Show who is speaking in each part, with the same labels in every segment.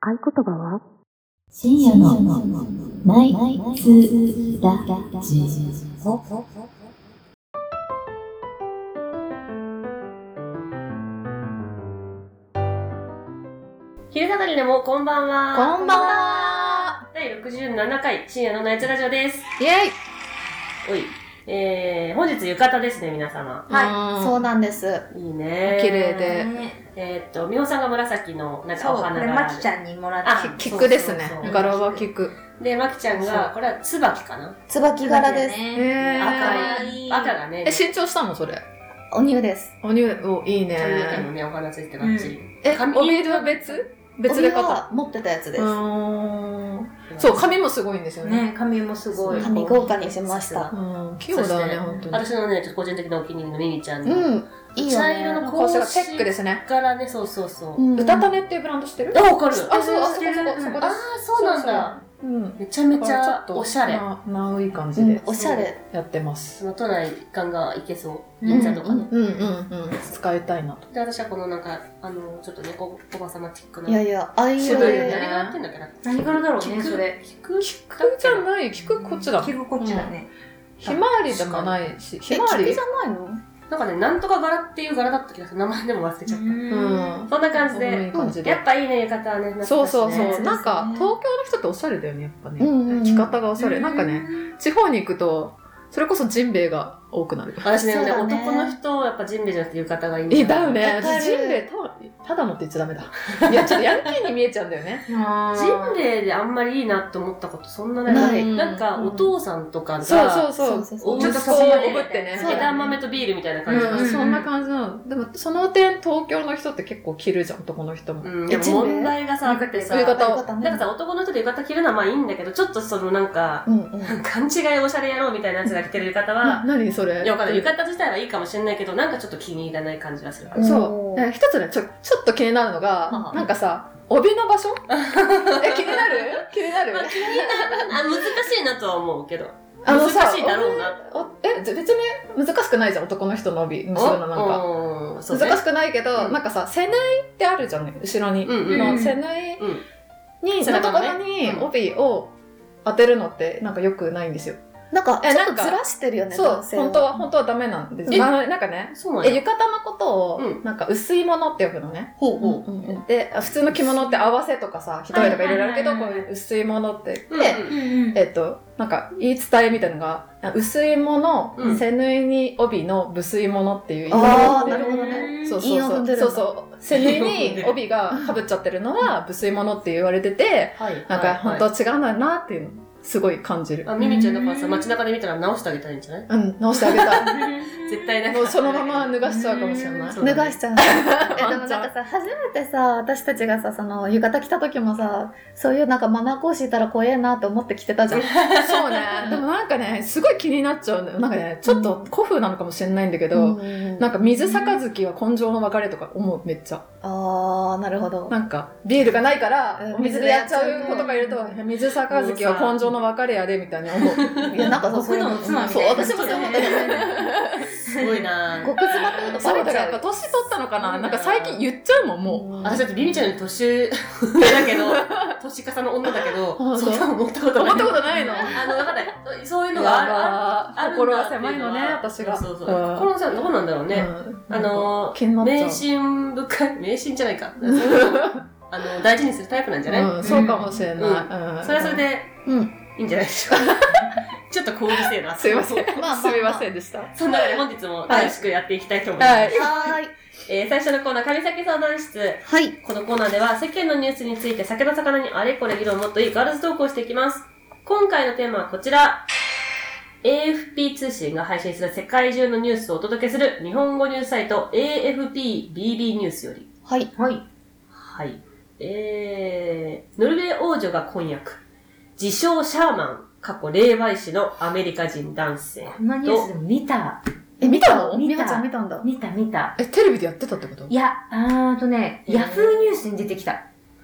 Speaker 1: 合言葉は
Speaker 2: 深夜のナイツラジオ。
Speaker 3: 昼下がりでもこんばんは。
Speaker 2: こんばんは
Speaker 3: 第67回深夜のナイツラジオです。
Speaker 2: イェイ
Speaker 3: おい。えー、本日浴衣ですね、皆様。
Speaker 2: は
Speaker 4: う
Speaker 2: い、
Speaker 4: ん
Speaker 2: そうなんです。
Speaker 3: いいね。
Speaker 2: 綺麗で
Speaker 3: えーっと、美穂さんが紫の、なんかお
Speaker 4: そう、こ
Speaker 3: 花
Speaker 4: れ
Speaker 3: があ
Speaker 4: ま
Speaker 3: る。
Speaker 4: きちゃんにもらっ
Speaker 3: あ
Speaker 4: た。
Speaker 2: キックですね
Speaker 3: そうそうそう。
Speaker 2: 柄はキック。
Speaker 3: で、まきちゃん
Speaker 2: そ
Speaker 3: が、これは椿かな
Speaker 1: 椿柄です。
Speaker 2: え
Speaker 4: ね
Speaker 2: ー、
Speaker 3: 赤
Speaker 4: えー
Speaker 3: い。赤がね
Speaker 2: え、、新調したのそれ。
Speaker 1: お乳です。
Speaker 2: おにゅお、いい
Speaker 3: 髪の毛
Speaker 2: ね。
Speaker 3: もね、お花ついてばっちり。
Speaker 2: え、
Speaker 3: 髪
Speaker 2: おビールは別別で買
Speaker 1: 帯
Speaker 2: った。
Speaker 1: は持ってたやつで
Speaker 2: う
Speaker 1: す。
Speaker 2: ーん。そう、髪もすごいんですよね。
Speaker 4: ね髪もすごい。
Speaker 1: 髪豪華にしまし
Speaker 3: そう
Speaker 1: た。
Speaker 2: うん。器用だね、本当に。
Speaker 3: 私のね、ちょっと個人的なお気に入りのミニちゃん
Speaker 1: う
Speaker 3: の。
Speaker 1: ん。いいよ
Speaker 3: 茶色
Speaker 1: ね
Speaker 3: の。
Speaker 2: こうしたチェックですね。
Speaker 3: からね、そうそうそうう。
Speaker 1: ん
Speaker 2: うたたねっていうブランドしてる
Speaker 3: あ、わかる。
Speaker 2: あ、そう、あそこそこ、そこ
Speaker 3: あ
Speaker 2: で
Speaker 3: ー
Speaker 2: す。、
Speaker 3: そうなんだ。
Speaker 2: うん。
Speaker 3: めちゃめち
Speaker 2: だ
Speaker 3: ゃ
Speaker 2: から
Speaker 3: おしゃれ。
Speaker 2: ななおい感
Speaker 1: う
Speaker 2: じ
Speaker 1: ん
Speaker 2: で
Speaker 1: おしゃれ。。
Speaker 2: やってます。
Speaker 3: その都内感がいけそう。
Speaker 2: うん
Speaker 3: 銀座とかね。
Speaker 2: うんうんうん。使いたいなと。
Speaker 3: で、私はこのなんか、あの、ちょっとね、こおばさまチックない
Speaker 1: やいや、あい
Speaker 2: 渋
Speaker 1: う
Speaker 2: いよ
Speaker 3: 誰
Speaker 2: ね
Speaker 3: がやってんだっけな。
Speaker 4: 何からだろう
Speaker 3: 聞
Speaker 4: ね、
Speaker 3: く
Speaker 4: それ。
Speaker 3: 聞く
Speaker 2: 聞くじゃない、聞くこっちだ。
Speaker 4: 聞くこっちだね。
Speaker 2: ひまわりとかないし、ひまわ
Speaker 1: え、菊
Speaker 2: り
Speaker 1: じゃないの
Speaker 3: なんかね、なんとか柄っていう柄だった気がする。名前でも忘れちゃっ
Speaker 2: うん
Speaker 3: た。。そんな感じで。
Speaker 2: いい感じ
Speaker 3: や
Speaker 2: で
Speaker 3: っ。ぱいいね、浴衣はね。懐かしいね
Speaker 2: そうそうそう。
Speaker 4: ね
Speaker 2: なんか、東京の人っておしゃれだよね、やっぱ
Speaker 1: うんうんう
Speaker 2: ね。
Speaker 1: ん
Speaker 2: 着方がおしゃれ。なんかね、。地方に行くと、それこそジンベエが多くなる。
Speaker 3: 私ね、
Speaker 1: そうだね
Speaker 3: 男の人、やっぱジンベエじゃなくて浴衣がいいん
Speaker 2: え、だよ
Speaker 1: わ
Speaker 2: ね。
Speaker 1: かる
Speaker 2: ジンベエただ、ただのって言っちゃダメだ。 いや、ちょっとヤンキーに見えちゃうんだよ ね。
Speaker 4: ジ
Speaker 3: ジンベエであんまりいいなって思ったことそんなない。
Speaker 1: ない
Speaker 3: なんか、お父さんとかが、
Speaker 2: そうそうそ
Speaker 1: そう
Speaker 2: う。
Speaker 1: そう
Speaker 2: お
Speaker 3: そう
Speaker 2: 息子をおぶってね。
Speaker 1: そうだね
Speaker 3: 枝豆とビールみたいな感じ。
Speaker 2: うんうん、そんな感じなの。でも、その点、東京の人って結構着るじゃん、男の人も。
Speaker 3: うん、でも問題がさ、あってさ、
Speaker 2: 浴衣を
Speaker 1: 浴衣
Speaker 3: なん
Speaker 1: ね
Speaker 3: かさ、男の人で浴衣着るのはまあいいんだけど、ちょっとそのなんか、
Speaker 1: うんうん。
Speaker 3: 勘違いおしゃれ野郎みたいなやつが着てる浴衣
Speaker 2: な
Speaker 3: は、
Speaker 2: 何それ
Speaker 3: いや、わかんない。浴衣自体はいいかもしれないけど、なんかちょっと気に入らない感じがする。
Speaker 1: うん
Speaker 2: そう。ね一つね、ちょ、ちょっと気になるの
Speaker 1: は
Speaker 2: が
Speaker 1: あ、
Speaker 2: なんかさ、帯の場 所え、気になる気になる
Speaker 3: まあ、気になる。あ、難しいなとは思うけど。
Speaker 2: あのさ
Speaker 3: 難しいだろうな。
Speaker 2: おえ、別に難しくないじゃん、男の人の帯、後ろのなんか。
Speaker 3: おおーそうね
Speaker 2: 難しくないけど、
Speaker 3: うん
Speaker 2: なんかさ、背縫いってあるじゃんね、後ろに。
Speaker 3: うんうん
Speaker 2: の背縫い
Speaker 3: うん
Speaker 2: に、
Speaker 3: 背
Speaker 2: の
Speaker 3: 中
Speaker 2: と
Speaker 3: の
Speaker 2: こ
Speaker 3: ね
Speaker 2: ろに
Speaker 3: うん
Speaker 2: 帯を当てるのって、なんか良くないんですよ。
Speaker 1: なんか、
Speaker 2: え
Speaker 1: ちょっ
Speaker 2: なん
Speaker 1: と
Speaker 2: か
Speaker 1: ずらしてるよね、
Speaker 2: そう、
Speaker 1: 男性
Speaker 2: 本当は、本当はダメなんです。
Speaker 3: え
Speaker 2: あのなんかね、
Speaker 3: そうなん
Speaker 2: え
Speaker 3: や。
Speaker 2: 浴衣のことを、
Speaker 3: うん
Speaker 2: なんか薄いものって呼ぶのね。
Speaker 3: ほう
Speaker 1: うん
Speaker 3: う。
Speaker 1: うんうん。
Speaker 2: で、あ普通の着物って合わせとかさ、ひどいとか入れられるけど、
Speaker 4: はい
Speaker 2: こ
Speaker 4: は
Speaker 2: う
Speaker 4: いはいは
Speaker 2: い
Speaker 4: い
Speaker 2: う薄いものって言
Speaker 3: うん
Speaker 2: って、
Speaker 3: うん
Speaker 4: え、
Speaker 2: えっと、なんか言い伝えみたいなのが、薄いもの、
Speaker 3: うん
Speaker 2: 背縫いに帯の無水ものっていう言い方
Speaker 1: あ
Speaker 2: が
Speaker 1: ー、
Speaker 2: あ
Speaker 1: な
Speaker 2: っ
Speaker 1: る
Speaker 2: て
Speaker 1: ほどね。
Speaker 2: そう
Speaker 1: 韻
Speaker 2: そう
Speaker 1: を踏
Speaker 2: そ
Speaker 1: ん
Speaker 2: う
Speaker 1: でるんだ
Speaker 2: そうそう背縫いに帯がかぶっちゃってるのは無水ものって言われてて
Speaker 3: はい。
Speaker 2: なん
Speaker 3: はい
Speaker 2: か本当は違うんだなっていうのすごい感じる、
Speaker 3: あ、ミミちゃんだからさ、街中で見たら直してあげたらいいんじゃない
Speaker 2: うん直してあげた
Speaker 3: 絶対なんか。
Speaker 2: もうそのまま脱がしちゃうかもしれない
Speaker 3: そう
Speaker 1: 脱
Speaker 3: だね
Speaker 1: がしちゃ う。えでもなんかさ、初めてさ、私たちがさ、その、浴衣着た時もさ、そういうなんかマナー講師いたら怖えなって思って着てたじゃん。
Speaker 2: そうね。でもなんかね、すごい気になっちゃうんだよ。なんかね、ちょっと古風なのかもしれないんだけど、
Speaker 1: うん
Speaker 2: なんか水杯は根性の別れとか思う、めっちゃ。
Speaker 1: あー、なるほど。
Speaker 2: なんか、ビールがないから
Speaker 1: うん、
Speaker 2: お水でやっちゃうことがいると
Speaker 1: う、
Speaker 2: 水杯は根性の別れやで、みたいに思う。
Speaker 1: いや、なんかさ、
Speaker 4: 極道の妻み
Speaker 1: そう、
Speaker 4: たいな。
Speaker 1: 私 もそう思ったけどね。
Speaker 3: すごいなぁ
Speaker 1: 極妻って こと
Speaker 2: そ
Speaker 1: バ
Speaker 2: う
Speaker 1: レ
Speaker 2: だ
Speaker 1: ち
Speaker 2: からや
Speaker 1: ゃ
Speaker 2: っ
Speaker 1: う
Speaker 2: ぱ
Speaker 1: よ。
Speaker 2: 年取ったのかななんか最近言っちゃうもん、も
Speaker 1: もう
Speaker 3: 私だってビビちゃんより年上だけ ど、年重の女だけど、
Speaker 2: 本当
Speaker 3: そんなの思ったこと
Speaker 2: う。
Speaker 3: な
Speaker 2: 思
Speaker 3: い。
Speaker 2: ったことないの
Speaker 3: あの、わかんない。そうそういうのがある。ある
Speaker 2: やば
Speaker 3: あ
Speaker 2: ー
Speaker 3: るんだ
Speaker 2: 心は狭いのね、
Speaker 3: って
Speaker 2: 私
Speaker 3: いう
Speaker 2: が。
Speaker 3: のはそうそうそう。心のさ、どうなんだろうね。
Speaker 2: うん
Speaker 3: あのー
Speaker 2: 気になっちゃ
Speaker 3: 迷
Speaker 2: う。
Speaker 3: 信深い、迷信じゃないか。あの、大事にするタイプなんじゃない、
Speaker 2: うん、そうかもしれない。うん
Speaker 3: それはそれで、
Speaker 1: うん
Speaker 3: いいんじゃないでしょうか。 ちょっと抗議性な。
Speaker 2: すいません。
Speaker 1: まあ
Speaker 2: すみませんでした。は
Speaker 3: そんなわけで本日も楽しくやっていきたいと思います。
Speaker 2: い。
Speaker 1: はーい。
Speaker 3: えー最初のコーナー、神崎相談室。
Speaker 1: はい。
Speaker 3: このコーナーでは世間のニュースについて酒と魚にあれこれ議論をもっといいガールズトークをしていきます。今回のテーマはこちら。AFP 通信が配信する世界中のニュースをお届けする日本語ニュースサイト AFPBB ニュースより。
Speaker 1: はい。
Speaker 4: はい。
Speaker 3: はい。えー、ノルウェー王女が婚約。自称シャーマン、過去霊媒師のアメリカ人男性。
Speaker 4: このニュースでも見た。
Speaker 1: え、見
Speaker 2: 見
Speaker 1: た
Speaker 2: た
Speaker 1: の
Speaker 2: の
Speaker 1: みはちゃん見たんだ。
Speaker 4: 見た見た。
Speaker 2: え、テレビでやってたってこと
Speaker 4: いや、あーとね、
Speaker 3: えー
Speaker 4: ヤフーニュースに出てきた。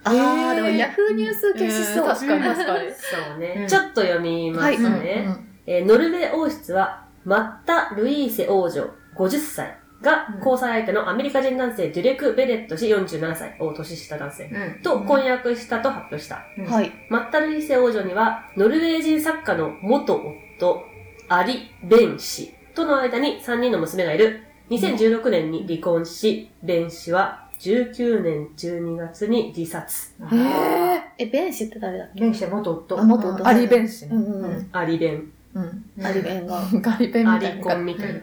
Speaker 1: あー、でもヤフーニュース消しそう。
Speaker 2: えー確かに
Speaker 4: うん
Speaker 2: 確かに。
Speaker 3: そうね。
Speaker 4: うん
Speaker 3: ちょっと読みますね。
Speaker 2: うんうん
Speaker 3: えーノルウェー王室は、マッタ・ルイーセ王女、50歳、が
Speaker 4: うん
Speaker 3: 交際相手のアメリカ人男性デュレク・ベレット氏47歳、お年下男性
Speaker 4: うん。
Speaker 3: と婚約したと発表した。
Speaker 4: うん
Speaker 1: はい。
Speaker 3: マッタルイセ王女には、ノルウェー人作家の元夫、アリ・ベン氏との間に3人の娘がいる。2016年に離婚し、ベン氏は19年12月に自殺。
Speaker 1: へ
Speaker 4: あー。
Speaker 1: え。え、弁士って誰だっ
Speaker 4: 弁士は元夫。
Speaker 1: あ元夫
Speaker 2: アリ弁士
Speaker 1: け
Speaker 2: ね。
Speaker 1: ん
Speaker 4: うん
Speaker 3: アリ・ベン、
Speaker 2: うん。
Speaker 1: アリ弁が。
Speaker 2: ガリ弁
Speaker 3: ア
Speaker 2: みた
Speaker 3: リ
Speaker 2: いな
Speaker 3: コン
Speaker 2: 感
Speaker 3: みたいな。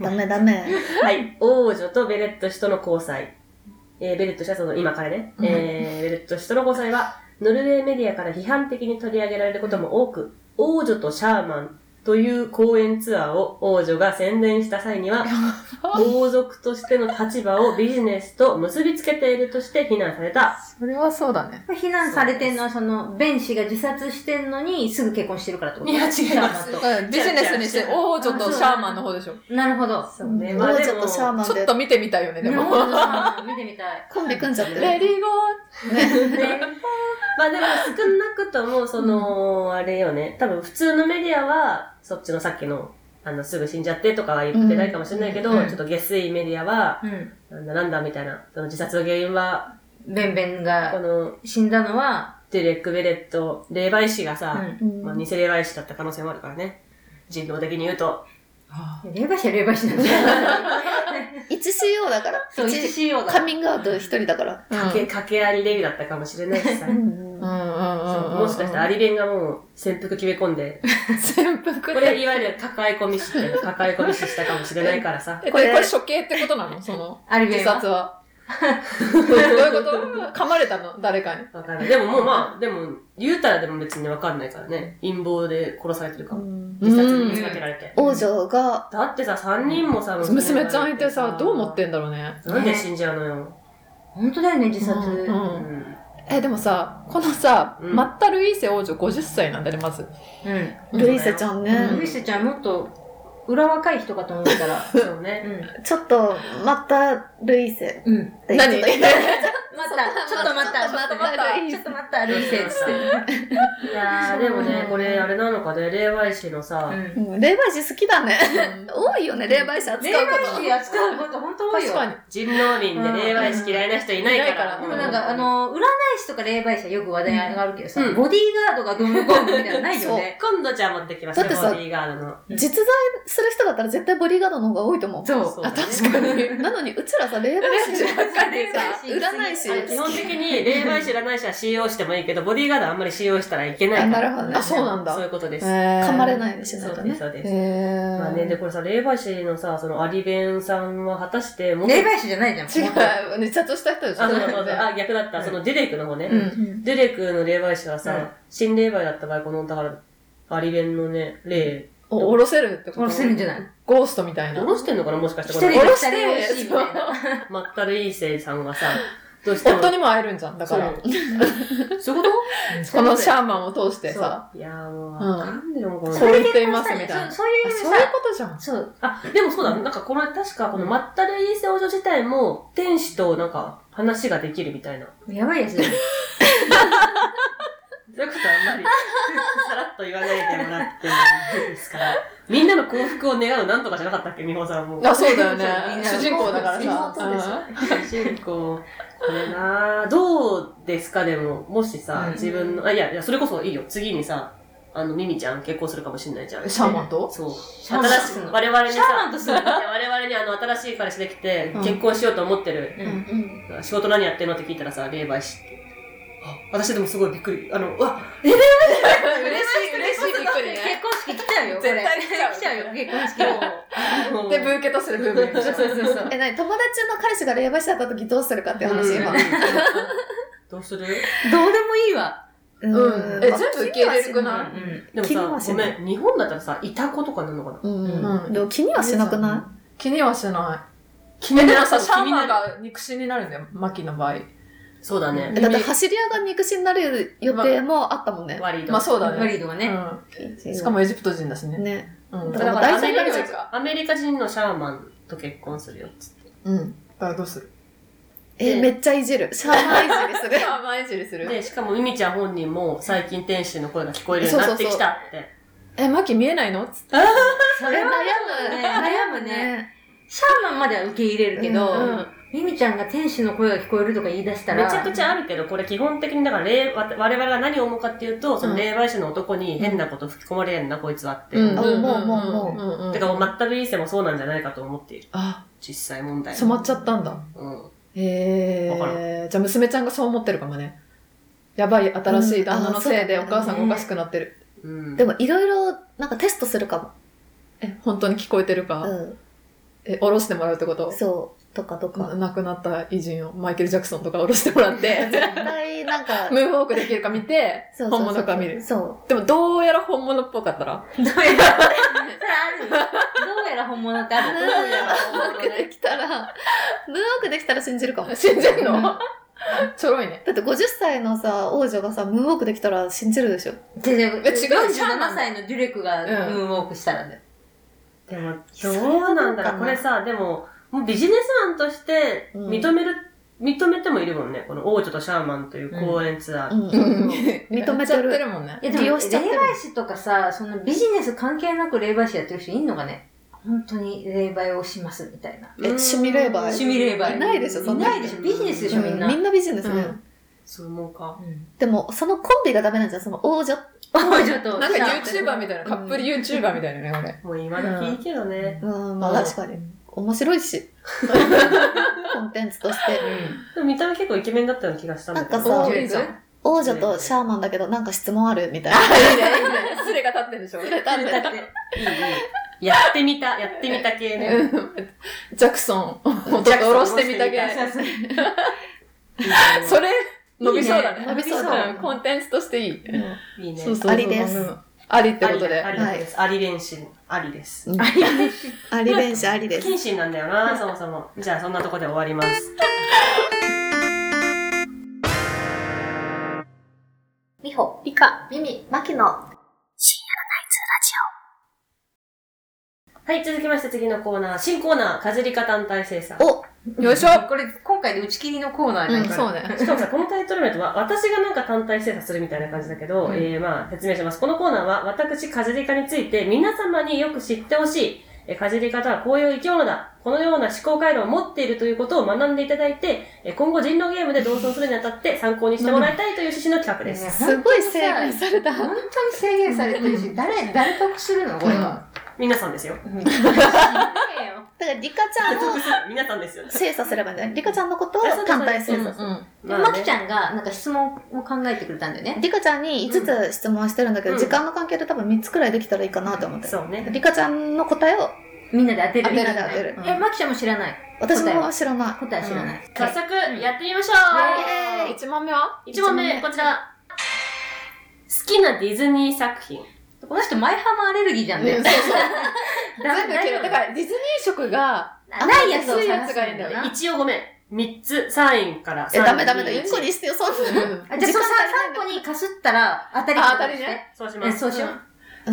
Speaker 1: ダメダメ。
Speaker 3: はい。王女とベレット氏との交際。えーベレット氏はその、今からね、えーベレット氏との交際は、ノルウェーメディアから批判的に取り上げられることも多く、王女とシャーマンという公演ツアーを王女が宣伝した際には、王族としての立場をビジネスと結びつけているとして非難された。
Speaker 2: じ。それはそうだね。
Speaker 4: 非難されてんのは、その、弁士が自殺してんのに、すぐ結婚してるからってこと
Speaker 3: いや違います
Speaker 4: シャーマンと
Speaker 2: うんビジネスにして、王女とシャーマンの方でしょ。
Speaker 4: なるほど。
Speaker 3: そううんね。まあ
Speaker 1: 王
Speaker 3: で
Speaker 1: 女
Speaker 3: も、
Speaker 1: とシャーマン
Speaker 2: ちょっ
Speaker 1: で
Speaker 2: と見てみたいよね、でも。
Speaker 4: うん見てみたい。
Speaker 1: コンビ組んじゃってる。
Speaker 2: レディーゴ
Speaker 1: ね
Speaker 3: ね まあでも少なくとも、その、あれよね、多分普通のメディアは、そっちのさっきの、あの、すぐ死んじゃってとかは言ってないかもしれないけど、
Speaker 4: うん
Speaker 3: ちょっと下水メディアは、
Speaker 4: うん。
Speaker 3: なんだなんだみたいな、その自殺の原因は、
Speaker 4: ベンベン
Speaker 3: こ
Speaker 4: が
Speaker 3: の、
Speaker 4: 死んだのは、
Speaker 3: デュレック・ベレット、霊媒師がさ、
Speaker 4: う
Speaker 1: うん
Speaker 3: まあ、偽霊媒師だった可能性もあるからね。人道的に言うと。
Speaker 4: ん。霊媒師は霊媒師なんだ。
Speaker 1: 一 CO だから。
Speaker 4: そう、
Speaker 1: 一
Speaker 4: 1CO
Speaker 1: カ
Speaker 4: だ。
Speaker 1: ミングアウト一人だから。
Speaker 3: かけ、かけありレビューだったかもしれないしさ。
Speaker 1: うん
Speaker 2: うん
Speaker 1: うん。
Speaker 2: うんうん。
Speaker 3: もしかしてア
Speaker 2: り。
Speaker 3: リベンがもう潜伏決め込んで、
Speaker 2: 潜伏
Speaker 3: これいわゆる抱え込み死って、抱え込み死 したかもしれないからさ。
Speaker 2: え、これ、これ処刑ってことなのその、
Speaker 4: アリベ
Speaker 2: 自
Speaker 4: ンは
Speaker 2: 殺は。どういうこと噛まれたの誰かに。
Speaker 3: わかんない。でももうまあ、でも、言うたらでも別にわかんないからね。陰謀で殺されてるかも。自殺に見せかけられて。
Speaker 1: 王女が、
Speaker 3: だってさ、3人もさ、
Speaker 2: 娘ちゃんいてさ、どう思ってんだろうね。
Speaker 3: なんで死んじゃうのよ。
Speaker 4: 本当だよね、自殺。
Speaker 2: う。
Speaker 3: うんん。
Speaker 2: え、でもさ、このさ、
Speaker 3: うん
Speaker 2: マッタ・ルイーセ王女50歳なんだね、まず。
Speaker 4: うん。
Speaker 1: ルイセちゃん
Speaker 2: う
Speaker 1: ね
Speaker 4: ル。イスちゃんもっと、裏若い人かと思ったら。
Speaker 3: そうね。
Speaker 1: ちょっと、またルイセ。
Speaker 4: うん。うん。
Speaker 1: って
Speaker 2: 何
Speaker 1: ちょっと言った
Speaker 4: また、ちょっと待った、ちょっと待った、ちょっと待った、ルイスっつって。
Speaker 3: いやー、でもね、これあれなのかね、霊媒師のさ、
Speaker 4: うん。
Speaker 1: うん霊媒師好きだね。
Speaker 2: うん
Speaker 1: 多いよね、霊媒師扱うこ
Speaker 4: 霊
Speaker 1: と
Speaker 4: 媒師
Speaker 1: が。
Speaker 4: 扱うこと本当多い
Speaker 2: 確
Speaker 4: よ。
Speaker 2: かに。
Speaker 3: 人狼民で霊媒師嫌いな人いないから。
Speaker 2: うん
Speaker 4: でもなんか、あ、の、占い師とか霊媒師はよく話題上がるけどさ、
Speaker 3: うん
Speaker 4: ボディーガードがどうのこうのみたいなのないよね。
Speaker 3: 今度じゃあ持ってきますね、
Speaker 1: だ
Speaker 3: ボ
Speaker 1: ってさ
Speaker 3: ディーガードの。
Speaker 1: 実在する人だったら絶対ボディーガードの方が多いと思う。
Speaker 2: そう。あ、確かに。
Speaker 1: なのに、うちらさ、霊媒師ばっかりでさ、占い師
Speaker 3: 基本的に霊媒師、占い師は使用してもいいけど、ボディーガードはあんまり使用したらいけない
Speaker 1: あ
Speaker 3: か
Speaker 1: な
Speaker 3: ら。
Speaker 1: るほどね
Speaker 2: あ、そうなんだ。
Speaker 3: そういうことです。
Speaker 2: 噛
Speaker 1: 噛まれ
Speaker 2: い。
Speaker 1: ないようにしな
Speaker 3: そ
Speaker 1: いうと
Speaker 3: です、
Speaker 1: ね。
Speaker 3: そうです。
Speaker 2: へー
Speaker 3: まあね、で、これさ、霊媒師のさ、そのアリベンさんは果たしても
Speaker 4: 霊媒師じゃないじゃん。
Speaker 2: 違う。自殺した人でしょ。
Speaker 3: あ、そうそうそうあ、逆だった。そのデュレクの方ね。
Speaker 2: うん
Speaker 1: うん
Speaker 3: デュレクの霊媒師はさ、
Speaker 4: うん
Speaker 3: 新霊媒だった場合、この、だから、アリベンのね、霊、
Speaker 2: お下ろせるってこと
Speaker 4: もうするんじゃない
Speaker 2: ゴーストみたいな
Speaker 3: ど。うしてんのかなもしかして
Speaker 4: 一
Speaker 3: こ
Speaker 4: 人
Speaker 3: れ
Speaker 4: で
Speaker 2: おろ
Speaker 4: 二
Speaker 2: し
Speaker 4: 人
Speaker 2: て
Speaker 4: 欲しいみたいな。
Speaker 3: まったるいいせいさんはさ、どうしても。
Speaker 2: 夫にも会えるんじゃん。だ
Speaker 3: そ
Speaker 2: から。
Speaker 3: う。そういうこ
Speaker 2: このシャーマンを通してさ、
Speaker 3: といやーもう、わかんねえよ、この
Speaker 2: こう言っていますみたいな。あ
Speaker 4: そうそういう意味
Speaker 2: そういう
Speaker 4: さ、
Speaker 2: ことじゃん。
Speaker 4: そう、
Speaker 3: あ、でもそうだ、なんかこの、確かこのまったるいいせ王女自体も、天使となんか、話ができるみたいな。
Speaker 4: やばいやつだよ。
Speaker 3: そういうことはあんまり、 さらっと言わないでもらってもいいですから。みんなの幸福を願うなんとかじゃなかったっけ美穂さ んも。
Speaker 2: あ、 そうだよ
Speaker 4: そうみん
Speaker 2: ね。
Speaker 4: な
Speaker 2: 主人公だから
Speaker 4: そうでしょ
Speaker 2: さ。
Speaker 3: 主人公。これなぁどうですかでも、もしさ、
Speaker 4: うん
Speaker 3: 自分の、あ、いや、いや、それこそいいよ。次にさ、あの、ミミちゃん結婚するかもしれないじゃ。
Speaker 2: うんんシャーマンと
Speaker 3: そう。
Speaker 4: シャーマン
Speaker 3: 新し
Speaker 4: とす
Speaker 3: い
Speaker 4: る、の
Speaker 3: 我々に
Speaker 4: シ
Speaker 3: さ
Speaker 4: ャーマンとするの
Speaker 3: いや我々にあの、新しい彼氏できて
Speaker 2: う、ん
Speaker 3: 結婚しようと思ってる。
Speaker 4: うん。
Speaker 1: うん
Speaker 3: 仕事何やってんのって聞いたらさ、霊媒師って。あ、私でもすごいびっくり。あの、うわ、
Speaker 2: 嬉しい、嬉しい、びっくり
Speaker 4: 結
Speaker 2: ね。
Speaker 4: 婚式来ちゃうよ、これ。
Speaker 2: 絶対来ちゃう
Speaker 4: 来ちゃうよ、結婚 式。
Speaker 3: あの
Speaker 2: で、ブーケとするブーブーでしょ。
Speaker 4: そうそうそう。
Speaker 1: え、なに友達の彼氏が霊媒師だった時どうするかっていう話、今。
Speaker 3: どうする
Speaker 4: どうでもいいわ。
Speaker 2: うん。え、全部受け入れるく
Speaker 4: う。
Speaker 2: なん
Speaker 3: でも
Speaker 1: 気には
Speaker 3: さ、
Speaker 1: し
Speaker 3: ご
Speaker 1: な
Speaker 3: め
Speaker 1: い
Speaker 3: ん、日本だったらさ、いた子とかなのかな
Speaker 1: うん
Speaker 2: う
Speaker 1: うんん。でも気にはしなくない
Speaker 2: 気にはしない。
Speaker 3: 気
Speaker 2: え、でもさ、シャーマン
Speaker 3: る。
Speaker 2: が肉親になるんだよ。マキの場合。
Speaker 3: そうだね
Speaker 1: い。えだって走り屋が肉親になる予定もあったもんね。
Speaker 3: 割と。
Speaker 2: まあそうだ
Speaker 4: マ
Speaker 2: ね。
Speaker 4: リードが
Speaker 2: う
Speaker 4: ね。
Speaker 2: ん。しかもエジプト人だしね。
Speaker 1: ね。
Speaker 2: うん。
Speaker 1: だ
Speaker 2: だ
Speaker 1: か
Speaker 2: からら
Speaker 1: 大体
Speaker 2: 大体
Speaker 1: 誰
Speaker 2: 誰
Speaker 1: か
Speaker 2: か。
Speaker 3: アメリカ人のシャーマンと結婚するよ。
Speaker 2: うん。だからどうする
Speaker 1: え、めっちゃい じる。シャーマンいじりする
Speaker 2: シ。ャーマンいじりする
Speaker 3: で、しかも、ミミちゃん本人も最近天使の声が聞こえるようになってきたって。
Speaker 2: え、マキ見えないのつって
Speaker 4: それは悩むね。悩むね。シャーマンまでは受け入れるけど、
Speaker 2: うん
Speaker 4: ミミちゃんが天使の声が聞こえるとか言い出したら、
Speaker 3: めちゃくちゃあるけど、これ基本的に、だから霊、わ我々が何を思うかっていうと、その霊媒師の男に変なこと吹き込まれるんだ、こいつはって。
Speaker 2: うん
Speaker 1: あもうもうも
Speaker 2: うんうん
Speaker 3: てか、もう全くいいもそうなんじゃないかと思っている。
Speaker 2: あ、
Speaker 3: 実際問題。
Speaker 2: 染まっちゃったんだ。
Speaker 3: うん。
Speaker 2: へ
Speaker 3: わか
Speaker 2: え。じゃあ娘ちゃんがそう思ってるかもね。やばい、新しい旦那のせいで
Speaker 1: うん
Speaker 2: お
Speaker 1: あ
Speaker 2: 母さんがおかしくなってる。
Speaker 3: うん。
Speaker 1: でもいろいろなんかテストするか
Speaker 2: え、本当に聞こえてる
Speaker 1: も。
Speaker 2: か。
Speaker 1: う
Speaker 2: え、おろしてもらうってこと
Speaker 1: ん。そう。とかと
Speaker 2: な
Speaker 1: か。
Speaker 2: 亡くなった偉人をマイケル・ジャクソンとかおろしてもら って、
Speaker 1: 絶対なん か、
Speaker 2: ムーンウォークできるか見て、
Speaker 1: そうそうそう
Speaker 2: 本物か見る。
Speaker 1: そ
Speaker 2: でもどうやら本物っぽかった ら、
Speaker 4: どうやら、それあるよどうやら本物ってあ
Speaker 1: う。ム
Speaker 4: る。
Speaker 1: ー
Speaker 4: ど
Speaker 1: ン
Speaker 4: う
Speaker 1: ウ
Speaker 4: やら
Speaker 1: ォ
Speaker 4: 本
Speaker 1: ー
Speaker 4: 物
Speaker 1: クで
Speaker 4: ね。
Speaker 1: きたら、ムーンウォークできたら信じるかも。
Speaker 2: 信じん
Speaker 1: うん
Speaker 2: のちょろいね。
Speaker 1: だって50歳のさ、王女がさ、ムーンウォークできたら信じるでしょ。
Speaker 4: 違う 違う
Speaker 2: え違うシャーマン
Speaker 4: 47歳のデュレクがムーンウォークしたらね。
Speaker 3: でも、どうな
Speaker 1: そ
Speaker 3: んだ
Speaker 1: うなのか
Speaker 3: ろう。
Speaker 1: な
Speaker 3: これさ、でも、もうビジネスマンとして
Speaker 1: うん
Speaker 3: 認める、認めてもいるもんね。この王女とシャーマンという公演ツアー。
Speaker 1: うん。認
Speaker 2: や
Speaker 1: め
Speaker 2: っちゃ
Speaker 1: て
Speaker 2: っ
Speaker 1: る。
Speaker 2: てるもんね
Speaker 4: い。やで
Speaker 1: 利
Speaker 4: も、霊
Speaker 1: 用
Speaker 4: 媒
Speaker 1: しちゃってる
Speaker 4: 師とかさ、そのビジネス関係なく霊媒師やってる人いんのかね本当に霊媒をしますみたいな。
Speaker 1: え趣味霊媒
Speaker 4: 趣味霊媒
Speaker 1: いないでしょそん
Speaker 4: い
Speaker 1: な
Speaker 4: ないでしょビジネスでしょみんな。
Speaker 1: みんな美人ですね。
Speaker 2: うん
Speaker 3: そう思うか。
Speaker 1: でも、そのコンビがダメなんじゃん。その王女
Speaker 4: 王女と。
Speaker 2: なんか
Speaker 4: シャーマ
Speaker 2: YouTuber
Speaker 4: ン
Speaker 2: みたいな、カップル YouTuber みたいなね、これ。
Speaker 3: もう今時いいけどね。
Speaker 1: うん、まあ
Speaker 3: うん
Speaker 1: 確かに。面白いし。コンテンツとして。
Speaker 3: でも見た目結構イケメンだったような気がしたんだけ
Speaker 1: な
Speaker 3: ど。
Speaker 1: んかさ
Speaker 2: おーいいじゃん。
Speaker 1: 王女とシャーマンだけど、なんか質問あるみたいな。
Speaker 2: いいね、いいね。スレが立ってるでしょ。
Speaker 4: だって
Speaker 3: いいいいやってみた、やってみた系ね。
Speaker 2: うんジャクソンをちょっと下ろしてみたけ
Speaker 3: ジャクソン下ろしてみた
Speaker 2: それ伸びそうだね
Speaker 1: いいね伸びそう
Speaker 2: うんコンテンツとしていい、
Speaker 3: いいね。
Speaker 2: そうそう
Speaker 1: ありです
Speaker 2: うんありって
Speaker 3: あ
Speaker 2: こ
Speaker 3: り
Speaker 2: とで
Speaker 3: あり
Speaker 1: はい
Speaker 3: です。あり弁士、ありです。
Speaker 1: あり弁士ありです。
Speaker 3: 謹慎なんだよな、そもそも。じゃあそんなとこで終わります。
Speaker 1: みほ、りか、みみ、まきの。
Speaker 3: はい、続きまして次のコーナー。新コーナー、かじり方単体生産。
Speaker 1: お
Speaker 2: よいしょ、
Speaker 4: これ、今回で打ち切りのコーナー
Speaker 2: う
Speaker 4: や
Speaker 2: ん
Speaker 4: ね。
Speaker 2: そうね
Speaker 3: しかもさ、このタイトル名とは、私がなんか単体精査するみたいな感じだけど、
Speaker 2: うん
Speaker 3: えー、まあ、説明します。このコーナーは、私、カジリカについて、皆様によく知ってほしい。えーカジリカとはこういう生き物だ。このような思考回路を持っているということを学んでいただいて、えー今後人狼ゲームで同窓するにあたって参考にしてもらいたいという趣旨の企画です。
Speaker 4: ね
Speaker 1: すごい制限された。
Speaker 4: 本当に制限されてるし、誰、誰得するのこれは。
Speaker 3: 皆さんですよ。
Speaker 1: だから、りかちゃんを
Speaker 3: 皆さんですよ。
Speaker 1: 精査すればいいんじゃないりかちゃんのことを単体精査する。
Speaker 4: でもまきちゃんが、なんか質問を考えてくれたんだよね。
Speaker 1: りかちゃんに5つ質問してるんだけど、
Speaker 3: うん
Speaker 1: 時間の関係で多分3つくらいできたらいいかなと思ってる。
Speaker 3: そうね。
Speaker 1: りかちゃんの答えを
Speaker 4: みんなで当てる。
Speaker 1: 当てる当てる
Speaker 4: うんえ、まきちゃんも知らない。
Speaker 1: 私も知らない。
Speaker 4: 答え知らない。
Speaker 3: 早速、やってみましょ
Speaker 1: イエーイ
Speaker 2: 1問目は
Speaker 3: う !1 問目、こちら。好きなディズニー作品。
Speaker 4: この人、前ハマアレルギーじゃんね。
Speaker 2: うんそうそう全部嫌いだからディズニー色が
Speaker 4: らないやつを
Speaker 2: 安いや
Speaker 4: 探
Speaker 2: つ
Speaker 4: す
Speaker 2: がいいんだよな
Speaker 3: 一応ごめん。三つ、三位から。
Speaker 1: え、
Speaker 3: 三位
Speaker 1: ダメダメだ。
Speaker 3: 二位
Speaker 1: 1個にしてよ、そんな。
Speaker 4: あじゃあ、その3個にかすったら当たり
Speaker 2: あ当たりね。
Speaker 3: そうし
Speaker 4: え、
Speaker 3: ます。
Speaker 4: そうしよう。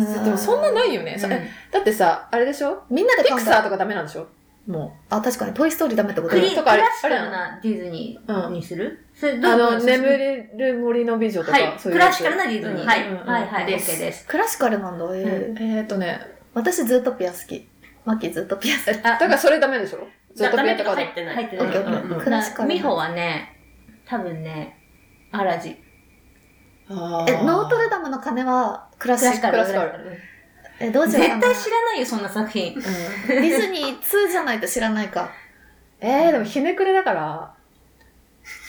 Speaker 1: うん
Speaker 2: でもそんなないよね、
Speaker 4: うん
Speaker 2: えだってさあれでしょ
Speaker 1: みんなで
Speaker 2: ピク
Speaker 1: 考え
Speaker 2: サーとかダメなんでしょも
Speaker 1: あ、確かに、トイストーリーダメってこと
Speaker 4: ク
Speaker 1: ね
Speaker 4: リ
Speaker 2: う
Speaker 4: ク
Speaker 2: んとかあれ
Speaker 4: ラシカルなディズニーにする、それ
Speaker 2: う
Speaker 4: どう
Speaker 2: あの
Speaker 4: どうする
Speaker 2: 眠れる森の美女とか、
Speaker 3: はい
Speaker 2: そうい
Speaker 4: ク
Speaker 2: うや
Speaker 4: ラ
Speaker 2: つ
Speaker 4: シカルなディズニー、
Speaker 2: うん
Speaker 4: はい
Speaker 2: うん
Speaker 4: はいはい
Speaker 3: で
Speaker 4: ですす OK です
Speaker 1: クラシカルなんだ。えー
Speaker 2: えーっとね
Speaker 1: 私、ズートピア好き。マッキー、ズートピア好き。
Speaker 2: だからそれダメでしょ
Speaker 3: じゃあダメとか
Speaker 2: で
Speaker 3: 入ってない。
Speaker 4: 入って
Speaker 1: オッケー
Speaker 3: うんうん
Speaker 1: オッケ
Speaker 3: うん
Speaker 1: ー。クラシカル。
Speaker 4: 美穂はね多分ねアラジン
Speaker 2: あー
Speaker 1: え、ノートルダムの鐘はクラ
Speaker 4: ク
Speaker 1: シ
Speaker 4: ラシ
Speaker 1: ック。
Speaker 4: カル
Speaker 2: クラシカル
Speaker 4: クラシ
Speaker 1: え、どうしよう
Speaker 4: 絶
Speaker 1: かな
Speaker 4: 対知らないよそんな作品
Speaker 2: うん
Speaker 1: ディズニー2じゃないと知らないか。
Speaker 2: えー、でもひねくれだから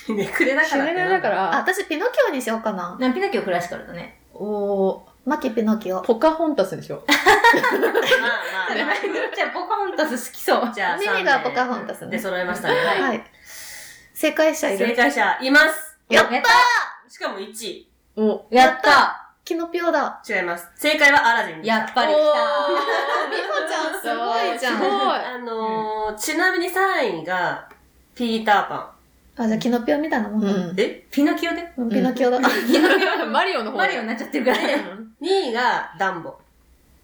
Speaker 3: ひ ねくれだ
Speaker 2: ひ
Speaker 3: からっ
Speaker 2: ね
Speaker 3: て
Speaker 2: く
Speaker 3: な
Speaker 2: れだか
Speaker 1: あ、
Speaker 2: ら
Speaker 1: 私、ピノキオにしようかな。
Speaker 4: なんかピノキオクラシカルだね
Speaker 2: お
Speaker 1: マキピノキオ。
Speaker 2: ポカホンタスでしょ
Speaker 3: まあまあま
Speaker 4: じゃあポカホンタス好きそう
Speaker 3: あ。じゃあ、
Speaker 1: ミミがポカホンタスね
Speaker 3: で揃えましたね。は。
Speaker 1: はいい。正解者 い
Speaker 3: 正
Speaker 1: る。
Speaker 3: 解者、います。
Speaker 1: やっ
Speaker 4: やっ
Speaker 3: しかも1位。
Speaker 2: お
Speaker 4: たやった
Speaker 1: キノピオだ。
Speaker 3: 違います。正解はアラジンです。
Speaker 4: やっぱり来
Speaker 1: 美穂ちゃん、すごいじゃ
Speaker 2: す
Speaker 1: ん。
Speaker 2: ごい
Speaker 3: あのー、ちなみに3位が、ピーターパ
Speaker 1: あ、じゃあ、キノピオみたいなもんだ
Speaker 2: う
Speaker 3: ン。え
Speaker 4: たピノキオで
Speaker 1: うんピノキオだ。
Speaker 2: んマリオの方
Speaker 4: マリオになっちゃってるからね
Speaker 3: ?2 位がダンボ。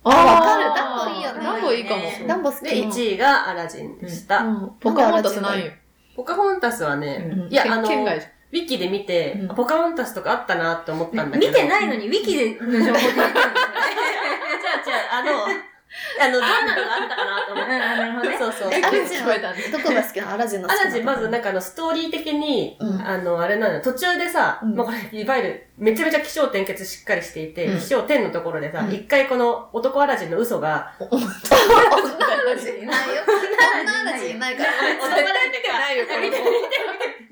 Speaker 2: あ
Speaker 1: わかるダンボいいよね
Speaker 2: ダンボいいかも、
Speaker 4: ね
Speaker 1: ダンボ好き。
Speaker 3: で、1位がアラジンでした。
Speaker 2: うんポカホンタスないよ
Speaker 3: ポカホンタスはね、
Speaker 2: うん
Speaker 3: いやあの
Speaker 2: 県外じ
Speaker 3: ウィキで見て、
Speaker 2: うん
Speaker 3: ポカホンタスとかあったなって思ったんだけ
Speaker 4: 見
Speaker 3: ど。
Speaker 4: てないのにウィキでの情報出てくるんですよ ね
Speaker 3: じゃあ、じゃあ、あの、あの、どんなのがあったかなと思
Speaker 4: あ、
Speaker 3: って。
Speaker 4: なるほどね。
Speaker 3: そうそう。
Speaker 1: え
Speaker 2: あ
Speaker 1: ア
Speaker 2: れ
Speaker 1: ラジン
Speaker 2: 聞こえたね
Speaker 1: はどこが好きなのアラジンの好
Speaker 3: ア
Speaker 1: きな
Speaker 3: ラジン、まずな
Speaker 1: か、
Speaker 3: んかあの、ストーリー的に、
Speaker 1: うん
Speaker 3: あの、あれなのよ、途中でさ、
Speaker 1: うん
Speaker 3: まあこれ、いわゆる、めちゃめちゃ気象転結しっかりしていて、
Speaker 2: うん
Speaker 3: 気象点のところでさ、
Speaker 2: うん
Speaker 3: 一、回この男アラジンの嘘が、
Speaker 1: 女アラジンいないよ。女アラジンいないから。
Speaker 3: 男アラジンってか
Speaker 2: ないよ、これも。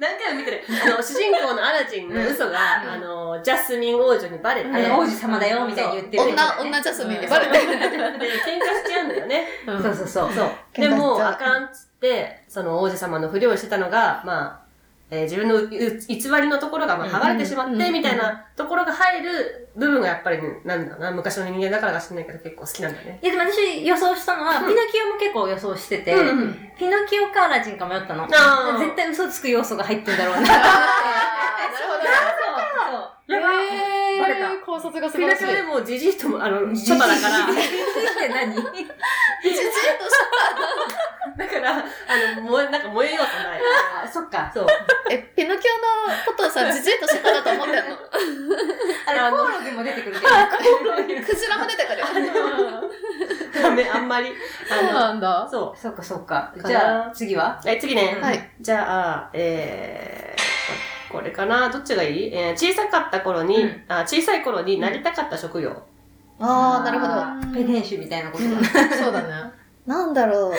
Speaker 3: 何回も見てる。あの、主人公のアラジンの嘘が、あの、ジャスミン王女にバレて、
Speaker 4: あの、王子様だよ、みたいに言ってる。
Speaker 1: 女、女ジャスミンで
Speaker 2: バレて
Speaker 1: る。
Speaker 3: で、喧嘩しちゃうんだよね。
Speaker 2: うん
Speaker 4: そうそうそう。
Speaker 3: そう。
Speaker 1: 喧嘩しちゃ
Speaker 3: で
Speaker 1: う
Speaker 3: も、あかんっつって、その王子様のふりをしてたのが、まあ、えー自分のうう偽りのところが、まあ、
Speaker 2: うん
Speaker 3: 剥がれてしまっ
Speaker 1: うんう
Speaker 3: て、
Speaker 1: ん
Speaker 3: みたいなところが入る部分がやっぱりね、なんだろうな、昔の人間だからか知んないけど結構好きなんだよね。
Speaker 4: いや、でも私予想したのは、
Speaker 3: うん
Speaker 4: ピノキオも結構予想してて、
Speaker 3: うんうん
Speaker 4: ピノキオかアラジンか迷ったの。
Speaker 3: あー
Speaker 4: 絶対嘘つく要素が入ってるだろ うな。
Speaker 2: あーなるほどね。
Speaker 4: そう。そう。
Speaker 2: え
Speaker 4: バレ
Speaker 2: 考察が素
Speaker 3: ピ
Speaker 2: 晴
Speaker 3: ラ
Speaker 2: らし
Speaker 3: キ
Speaker 2: い
Speaker 3: ャ。でも、ジジイとも、あの、ショタだから、
Speaker 4: って 何
Speaker 1: じじいとし
Speaker 3: だから、あの、燃え、なんか燃えようとない。
Speaker 4: あ、そっか。
Speaker 3: そう。
Speaker 1: え、ピノキオのことをさ、じじいとしただと思ってんの
Speaker 4: あれ、
Speaker 3: あの
Speaker 4: コオロギも出てくるけど。
Speaker 1: クジラも出てくるよ。
Speaker 3: ダメ、あんまり。
Speaker 2: そう
Speaker 3: あ
Speaker 2: なん
Speaker 3: の、
Speaker 2: だ。
Speaker 3: そ
Speaker 4: そっかそっか。
Speaker 3: かな
Speaker 4: じゃあ、次は
Speaker 3: う。え、次ね。
Speaker 1: はい。
Speaker 3: じゃあ、えー、これかなどっちがいい、えー小さかった頃に、
Speaker 4: うん
Speaker 3: あ、小さい頃になりたかった職業。
Speaker 1: あー、なるほど。
Speaker 4: ど。ペテンシュみたいなことだ。
Speaker 2: そうだね。
Speaker 1: なんだろう。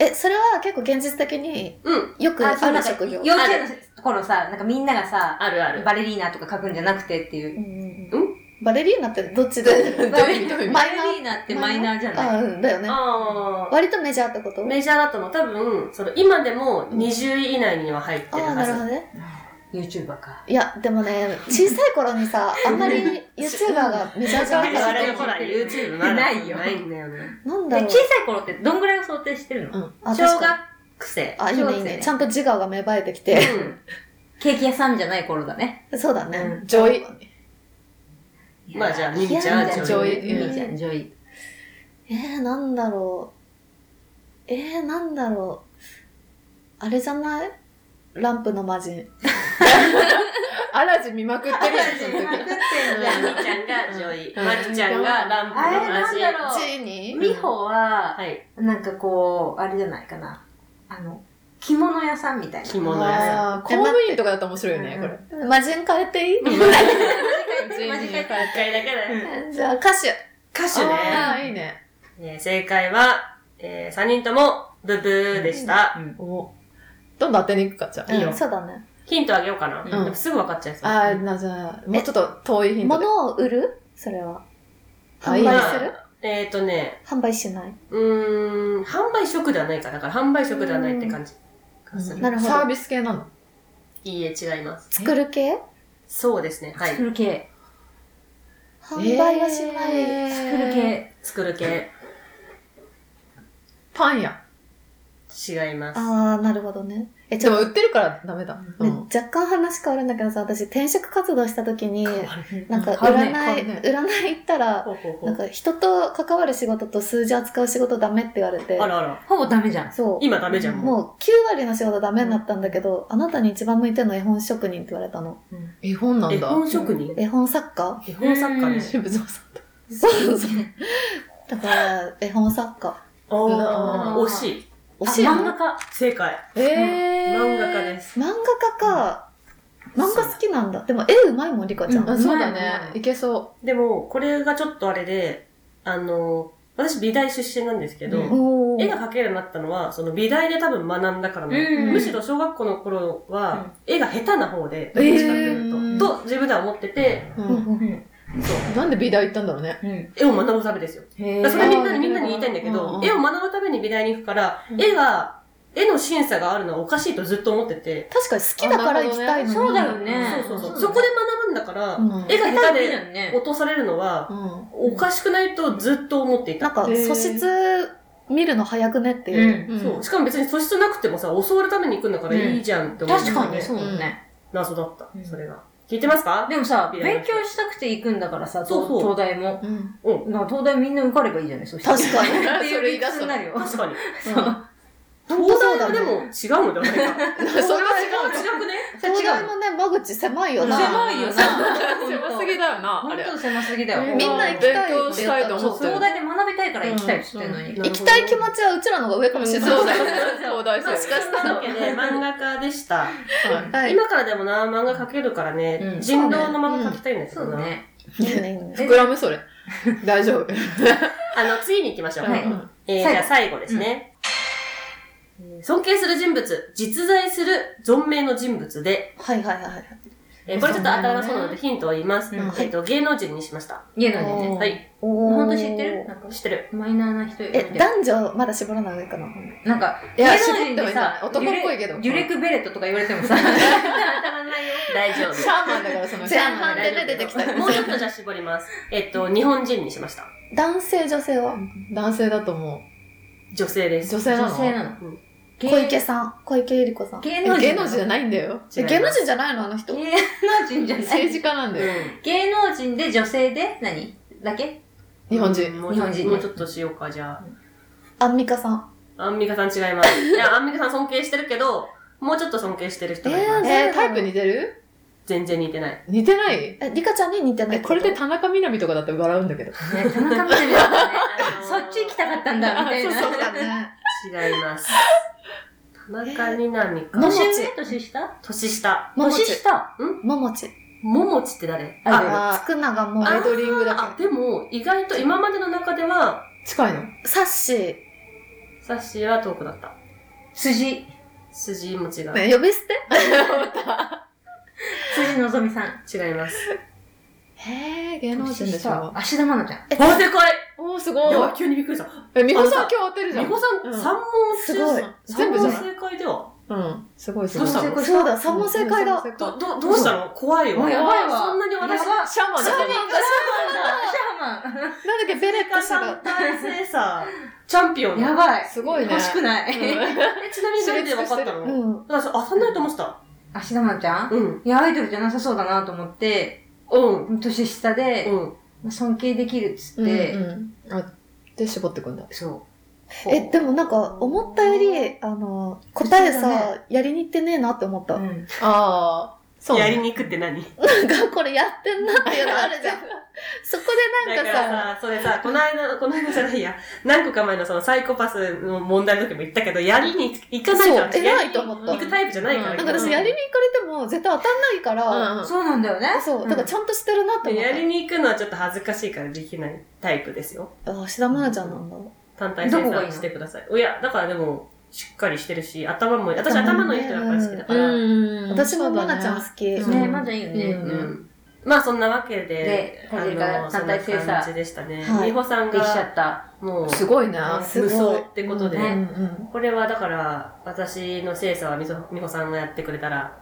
Speaker 1: え、それは結構現実的に
Speaker 3: うん、
Speaker 1: よく
Speaker 4: あ、そ
Speaker 1: あ
Speaker 4: うな
Speaker 1: る
Speaker 4: んか
Speaker 1: 職業。
Speaker 4: 幼稚園の頃さ、なんかみんながさ、
Speaker 3: あるある。
Speaker 4: バレリーナとか書くんじゃなくてっていう
Speaker 1: う。んうんバレリーナってどっちで
Speaker 2: どういう意味どういう意味
Speaker 4: バレリーナってマイナーじゃない
Speaker 1: あうんだよね。
Speaker 3: あ
Speaker 1: 割とメジャーってこと
Speaker 3: ーメジャーだと思う。多分、その、今でも20位以内には入って
Speaker 1: あ
Speaker 3: る
Speaker 1: あ、
Speaker 3: は
Speaker 1: なるほ
Speaker 3: ず。
Speaker 1: どね。
Speaker 4: ?YouTuber か。
Speaker 1: いや、でもね、小さい頃にさ、あんまり YouTuber がメジャーじゃな
Speaker 3: 我
Speaker 1: かっ
Speaker 3: 々ほら、YouTube まだ
Speaker 4: ないよ
Speaker 3: ないんだよね。
Speaker 1: た。なん
Speaker 4: で
Speaker 1: だろ
Speaker 4: 小
Speaker 1: う
Speaker 4: さ。い頃ってどんぐらいを想定してるの
Speaker 1: あ
Speaker 3: 小
Speaker 1: 確
Speaker 3: 学
Speaker 1: か
Speaker 3: 生。
Speaker 1: にあ、いいね、いいね。ちゃんと自我が芽生えてきて。
Speaker 4: ケーキ屋さんじゃない頃だね。
Speaker 1: そうだね。
Speaker 2: 上位。
Speaker 3: うん。まあじゃあ、ミ
Speaker 1: い
Speaker 3: ミ
Speaker 1: や
Speaker 3: ちゃん、
Speaker 2: ー
Speaker 3: ジョイ
Speaker 2: イ
Speaker 4: いいじゃん、ジ ョイ。
Speaker 1: えー、なんだろう。えー、なんだろう。あれじゃないランプの魔人。
Speaker 2: アラジン見まくってるやん、その時。
Speaker 3: ミミちゃんがジョイ。
Speaker 2: うん
Speaker 3: マリちゃんがランプの
Speaker 4: あれなん
Speaker 3: 味。
Speaker 4: だろ
Speaker 1: ジ
Speaker 4: う。
Speaker 1: ーニー
Speaker 4: 美穂は、
Speaker 3: はい。
Speaker 4: なんかこう、あれじゃないかな。あの、着物屋さんみたいな。
Speaker 3: 着物屋さん。
Speaker 2: あー公務員とかだったら面白いよね、これ。
Speaker 1: 魔人変えていい
Speaker 4: 間違えた
Speaker 3: 一回だけだよ。
Speaker 1: じゃあ歌手。
Speaker 3: 歌手ね。
Speaker 2: ああ、いいね。
Speaker 3: えー正解は、え3人とも、ブブーでした。
Speaker 2: おどんどん当てに行くか、じゃあ。
Speaker 3: いいよ
Speaker 1: うんそうだね。
Speaker 3: ヒントあげようかな。
Speaker 2: ん
Speaker 3: やっぱすぐ分かっちゃいそう。
Speaker 2: ああ、な、じゃあ、もうちょっと遠いヒントで。
Speaker 1: 物を売るそれは。
Speaker 2: あい
Speaker 1: 販
Speaker 2: い
Speaker 1: 売す
Speaker 3: ま
Speaker 1: る
Speaker 3: あ、えっ、とね、
Speaker 1: 販売しない。
Speaker 3: うーん、販売職ではないか。だから販売職ではないって感じがする。
Speaker 1: なるほど
Speaker 2: サービス系なの。
Speaker 3: いいえ、違います。
Speaker 1: 作る系
Speaker 3: そうですね。はい
Speaker 4: 作。る系。
Speaker 1: 販売はしない。
Speaker 2: えー
Speaker 4: 作る系。
Speaker 3: 作る系。
Speaker 2: パン屋。
Speaker 3: 違います。
Speaker 1: ああ、なるほどね。え、ち
Speaker 2: で
Speaker 1: ょ
Speaker 2: も
Speaker 1: っ
Speaker 2: 売ってるからダメだ。
Speaker 1: と、
Speaker 2: う
Speaker 1: ね
Speaker 2: ん
Speaker 1: 若干話変わるんだけどさ、私転職活動した時に、なんか
Speaker 2: 変わるね
Speaker 1: 占い、
Speaker 2: 変
Speaker 1: 占い行ったら、
Speaker 3: ほうほうほ
Speaker 1: なん
Speaker 3: う。
Speaker 1: か人と関わる仕事と数字扱う仕事ダメって言われて
Speaker 3: あ、らあら。
Speaker 4: ほぼダメじゃん。
Speaker 1: そう。
Speaker 3: 今ダメじゃん、もう。
Speaker 1: もう9割の仕事ダメになったんだけど、あなたに一番向いてるのは絵本職人って言われたの。
Speaker 2: 絵本な
Speaker 3: 絵
Speaker 2: んだ。
Speaker 3: 本職人
Speaker 1: 絵本作家
Speaker 3: 絵本作家ね。
Speaker 2: 渋蔵さんと。
Speaker 1: そうそう。 だから、絵本作家。
Speaker 3: あー惜しい。
Speaker 1: 惜しいな
Speaker 4: あ漫画家。
Speaker 3: 正解。
Speaker 2: えー。。
Speaker 3: 漫画家ですす。
Speaker 1: 漫画家か。漫画好きなんだ。でも絵うまいもん、リカちゃん。
Speaker 4: うん
Speaker 2: あそうだ
Speaker 4: うまい
Speaker 2: ね
Speaker 4: う。まい
Speaker 2: いけそ
Speaker 3: でも、これがちょっとあれで、あの、私美大出身なんですけど、
Speaker 2: うん
Speaker 1: お
Speaker 3: 絵
Speaker 1: ー
Speaker 3: が描けるようになったのは、その美大で多分学んだからなの
Speaker 4: うん
Speaker 3: むしろ小学校の頃は、絵が下手な方で、
Speaker 2: え
Speaker 3: どっ
Speaker 2: ー
Speaker 3: ちかっていうと、と自分では思ってて、
Speaker 2: う。
Speaker 1: うん
Speaker 2: うん
Speaker 1: うん
Speaker 2: なんで美大行ったんだろうね。
Speaker 4: うん。
Speaker 3: 絵を学ぶためですよ。
Speaker 4: へ
Speaker 3: だからそれみんな
Speaker 2: あ
Speaker 3: に
Speaker 2: ー
Speaker 3: みんなに言いたいんだけ
Speaker 2: うん
Speaker 3: ど
Speaker 2: う、ん
Speaker 3: 絵を学ぶために美大に行くから、
Speaker 2: うん
Speaker 3: 絵が、絵の審査があるのはおかしいとずっと思ってて、
Speaker 1: 確かに好きだから行きたいのに。
Speaker 4: そうだよね。
Speaker 3: そうそうそう。
Speaker 4: ん
Speaker 3: そこで学ぶんだから
Speaker 1: う、ん
Speaker 3: 絵が下手
Speaker 4: 下手
Speaker 3: で
Speaker 4: だよね
Speaker 3: 落とされるのは、
Speaker 2: うん。
Speaker 3: おかしくないとずっと思ってい
Speaker 1: なん
Speaker 3: た。
Speaker 1: か、素質見るの早くねっていう。
Speaker 2: うん
Speaker 3: そう。しかも別に素質なくてもさ、教わるために行くんだからいいじゃんって思ってた
Speaker 4: 確
Speaker 3: よね
Speaker 4: かにそうだね。
Speaker 3: 謎だった
Speaker 4: う。ん
Speaker 3: それが。聞いてますか
Speaker 4: でもさ、勉強したくて行くんだからさ、
Speaker 3: そうそう
Speaker 4: 東大も。
Speaker 2: うん。
Speaker 3: うん。
Speaker 4: な東大みんな受かればいいじゃないそしたら
Speaker 1: 確かに
Speaker 4: っていう理屈になるよ。
Speaker 3: 確かに。
Speaker 4: そう。
Speaker 1: 本当
Speaker 3: 東
Speaker 1: そう
Speaker 3: 大
Speaker 1: だ
Speaker 3: は
Speaker 1: ね
Speaker 3: でも違うのじゃないか。
Speaker 2: それは違う
Speaker 3: 違く ね
Speaker 1: 東大もね、間口狭いよな。
Speaker 4: 狭いよな。
Speaker 2: 狭すぎだよな、あ
Speaker 4: 本
Speaker 2: れ。
Speaker 4: 当狭すぎだよ。
Speaker 1: みんな行きたいって
Speaker 2: 勉
Speaker 1: 言
Speaker 2: 強
Speaker 1: っ
Speaker 2: したい
Speaker 1: た
Speaker 2: と
Speaker 1: ら
Speaker 2: 思ってる
Speaker 4: 東大で学びたいから行きたいって言ってるのに。
Speaker 1: 行きたい気持ちはうちらの方が上かもしれない。
Speaker 2: そうだよね。東大
Speaker 3: まあ、し
Speaker 2: 生。
Speaker 3: かしなわけで、漫画家でした。
Speaker 2: はい
Speaker 1: はい。
Speaker 3: 今からでもな、漫画描けるからね、
Speaker 4: うん
Speaker 3: 人狼の漫画描きたいんだけ
Speaker 4: そ
Speaker 3: ど
Speaker 4: う
Speaker 3: な。
Speaker 4: ね。
Speaker 2: 膨らむそれ。大丈夫。
Speaker 3: あの、次に行きましょう。
Speaker 4: はい
Speaker 2: うん
Speaker 3: えーじゃあ最後ですね。えー尊敬する人物、実在する存命の人物で、
Speaker 1: はいはいはい。
Speaker 3: えーこれちょっと当たらなそうなのでヒントを言います。
Speaker 4: うん
Speaker 3: えっと、芸能人にしました。
Speaker 4: 芸能人ね。
Speaker 3: はい。
Speaker 1: おー
Speaker 4: 本当知ってるなんか
Speaker 3: 知ってる。
Speaker 4: マイナーな人いる
Speaker 1: え、
Speaker 4: みた
Speaker 1: 男
Speaker 4: い
Speaker 1: 女まだ絞らない方がいいかな。
Speaker 4: な。なんか、
Speaker 2: い
Speaker 4: 芸
Speaker 2: や
Speaker 4: 能人でさ、
Speaker 2: 絞ってもいいんじゃない男っぽいけど
Speaker 4: デュレデュレクベレットとか言われてもさ、当たらないよ。
Speaker 3: 大丈夫。
Speaker 2: シャーマンだから、その、
Speaker 1: 前半
Speaker 2: シャーマン
Speaker 1: でね出てきた
Speaker 3: もうちょっとじゃあ絞ります。えっと、日本人にしました。
Speaker 1: 男性女性は
Speaker 2: 男性だと思
Speaker 3: 女性で
Speaker 2: う。
Speaker 3: す。
Speaker 2: 女性な
Speaker 4: 女性
Speaker 2: の
Speaker 4: なの。
Speaker 1: 小池さん。小池百合子さん。
Speaker 4: 芸
Speaker 2: え
Speaker 4: 能人。
Speaker 2: 芸能人じゃ
Speaker 4: い
Speaker 2: ないんだよ。
Speaker 1: え芸能人じゃないのあの人。
Speaker 4: 芸能人じゃな
Speaker 2: 政
Speaker 4: い。
Speaker 2: 治家なんだよ。
Speaker 4: 芸能人で女性で何だけ
Speaker 3: うん
Speaker 2: 日本人。
Speaker 3: もうちょっと
Speaker 4: 日本人
Speaker 3: もうちょっとしようか、じゃ
Speaker 1: アンミカさん。
Speaker 3: あ。アンミカさん違います。いや、アンミカさん尊敬してるけど、もうちょっと尊敬してる人がいます。
Speaker 2: えー、タイプ似てる
Speaker 3: 全然似てない。
Speaker 2: 似てない
Speaker 1: え、リカちゃんに似てない
Speaker 2: え
Speaker 1: ってと
Speaker 2: これで田中みな実とかだったら笑うんだけど。
Speaker 4: ね田中みな実だったね
Speaker 3: あのー
Speaker 4: そっち行きたかったんだ、みたいな。
Speaker 1: そう だね。
Speaker 3: 違います。田中みな実か。
Speaker 1: もも
Speaker 4: 年
Speaker 1: ち
Speaker 4: 上年下
Speaker 3: 年下。
Speaker 1: ももち
Speaker 4: 年下
Speaker 1: ももち。
Speaker 3: ももちって誰
Speaker 4: アイドル。
Speaker 1: あ、つくながも
Speaker 2: アイ
Speaker 1: う。
Speaker 2: ドリングだ
Speaker 3: あ
Speaker 2: か、
Speaker 3: でも、意外と今までの中では、
Speaker 2: ら。近いの
Speaker 1: サッシー。
Speaker 3: サッシーは遠くだった。
Speaker 4: 辻。
Speaker 3: 筋も違う。
Speaker 1: ね呼び捨て
Speaker 4: 辻のぞみさん。
Speaker 3: 違います。
Speaker 2: へえ、芸能人でしょ。
Speaker 4: 芦田愛菜ちゃん。
Speaker 1: え
Speaker 3: あ、正解
Speaker 2: おー、す
Speaker 3: い
Speaker 2: ごい。
Speaker 3: や、急にびっくりした。
Speaker 2: え、美穂さ
Speaker 3: あ
Speaker 2: ん
Speaker 3: のさ
Speaker 2: 今日当てるじゃ
Speaker 3: み
Speaker 2: ん。
Speaker 3: こさん、
Speaker 2: うん
Speaker 3: 三問中
Speaker 1: すごい
Speaker 2: 全
Speaker 3: 三
Speaker 2: 部じゃ
Speaker 3: 問
Speaker 2: ない
Speaker 3: 正解では。
Speaker 2: うん。すごいす
Speaker 3: ど
Speaker 2: ご
Speaker 3: う
Speaker 2: い。
Speaker 3: したの
Speaker 1: そうだ、三問正解だ。
Speaker 2: シャ
Speaker 3: ど、ど、どうしたの怖いよ。
Speaker 4: もうやばいわ
Speaker 3: そんなに私、
Speaker 4: や
Speaker 3: シ
Speaker 4: ばい
Speaker 2: ーマンだったのなんだ
Speaker 4: シャーマ
Speaker 1: なんだっけ、ベレッ
Speaker 3: カ
Speaker 1: ト氏
Speaker 3: さ
Speaker 1: が
Speaker 3: ん。大制さ、チャンピオン
Speaker 4: ン。や
Speaker 3: だ。
Speaker 4: ばい。
Speaker 2: すごいね
Speaker 4: 欲しくない。
Speaker 3: えちなみに誰で分かった
Speaker 1: う
Speaker 3: の
Speaker 1: ん。
Speaker 3: 私、あ、そんなにと思ってた。
Speaker 4: 芦田愛菜ちゃん
Speaker 3: うん。
Speaker 4: いや、アイドルじゃなさそうだなと思って、
Speaker 3: うん。
Speaker 4: 年下で、
Speaker 3: うん。
Speaker 4: 尊敬できるっつ
Speaker 2: う
Speaker 4: っ
Speaker 2: ん
Speaker 4: て、
Speaker 2: うんあ、で絞ってくんだ。
Speaker 4: そう。
Speaker 1: え、でもなんか、思ったより、あの、答え
Speaker 4: 不思議だ
Speaker 1: さ、やりに行ってねえなって思った。
Speaker 4: う
Speaker 1: なん
Speaker 2: ああ、そう
Speaker 3: やり
Speaker 2: ね。
Speaker 3: に行くって何
Speaker 1: んか、これやってんなっていうのあるじゃ ん。そこでな
Speaker 3: だ
Speaker 1: ん
Speaker 3: か
Speaker 1: からさ、
Speaker 3: さ、それさ、この間、この間じゃないや、何個か前のそのサイコパスの問題の時も言ったけど、やりに行かないから、
Speaker 1: そう
Speaker 3: やり
Speaker 1: 偉いと思った
Speaker 3: 行くタイプじゃないから。
Speaker 2: うん
Speaker 1: なんか私やりに行かれても絶対当たんないか
Speaker 2: う
Speaker 1: ら、
Speaker 2: んうん
Speaker 4: そうなんだよね。
Speaker 1: そう、だからちゃんとしてるなって思っ
Speaker 3: やりに行くのはちょっと恥ずかしいからできないタイプですよ。
Speaker 1: た。あ、芦田愛菜ちゃんなんだ。
Speaker 3: 単体
Speaker 4: ど
Speaker 3: 生
Speaker 4: こがいい
Speaker 3: 産
Speaker 4: の
Speaker 3: してください。いや、だからでも、しっかりしてるし、頭も、私頭のいい人がやっぱり好きだから。うん。
Speaker 2: うん
Speaker 1: 私も愛菜ちゃん好き。
Speaker 2: そうだ
Speaker 4: ね、
Speaker 2: うん
Speaker 4: まだいいよね。
Speaker 2: うん
Speaker 3: まあそんなわけで、
Speaker 4: で
Speaker 3: あ
Speaker 4: 体重が
Speaker 3: の、そん
Speaker 4: 単
Speaker 3: な
Speaker 4: 体生産
Speaker 3: 感じでしたね。
Speaker 1: はい
Speaker 3: 美穂さん
Speaker 4: できちゃ
Speaker 3: が、
Speaker 4: った。
Speaker 3: もう、
Speaker 2: すごいね。
Speaker 1: すご
Speaker 3: 無
Speaker 1: い
Speaker 3: 双ってことで、
Speaker 2: うんうん
Speaker 3: これはだから、私の精査はみそ美穂さんがやってくれたら、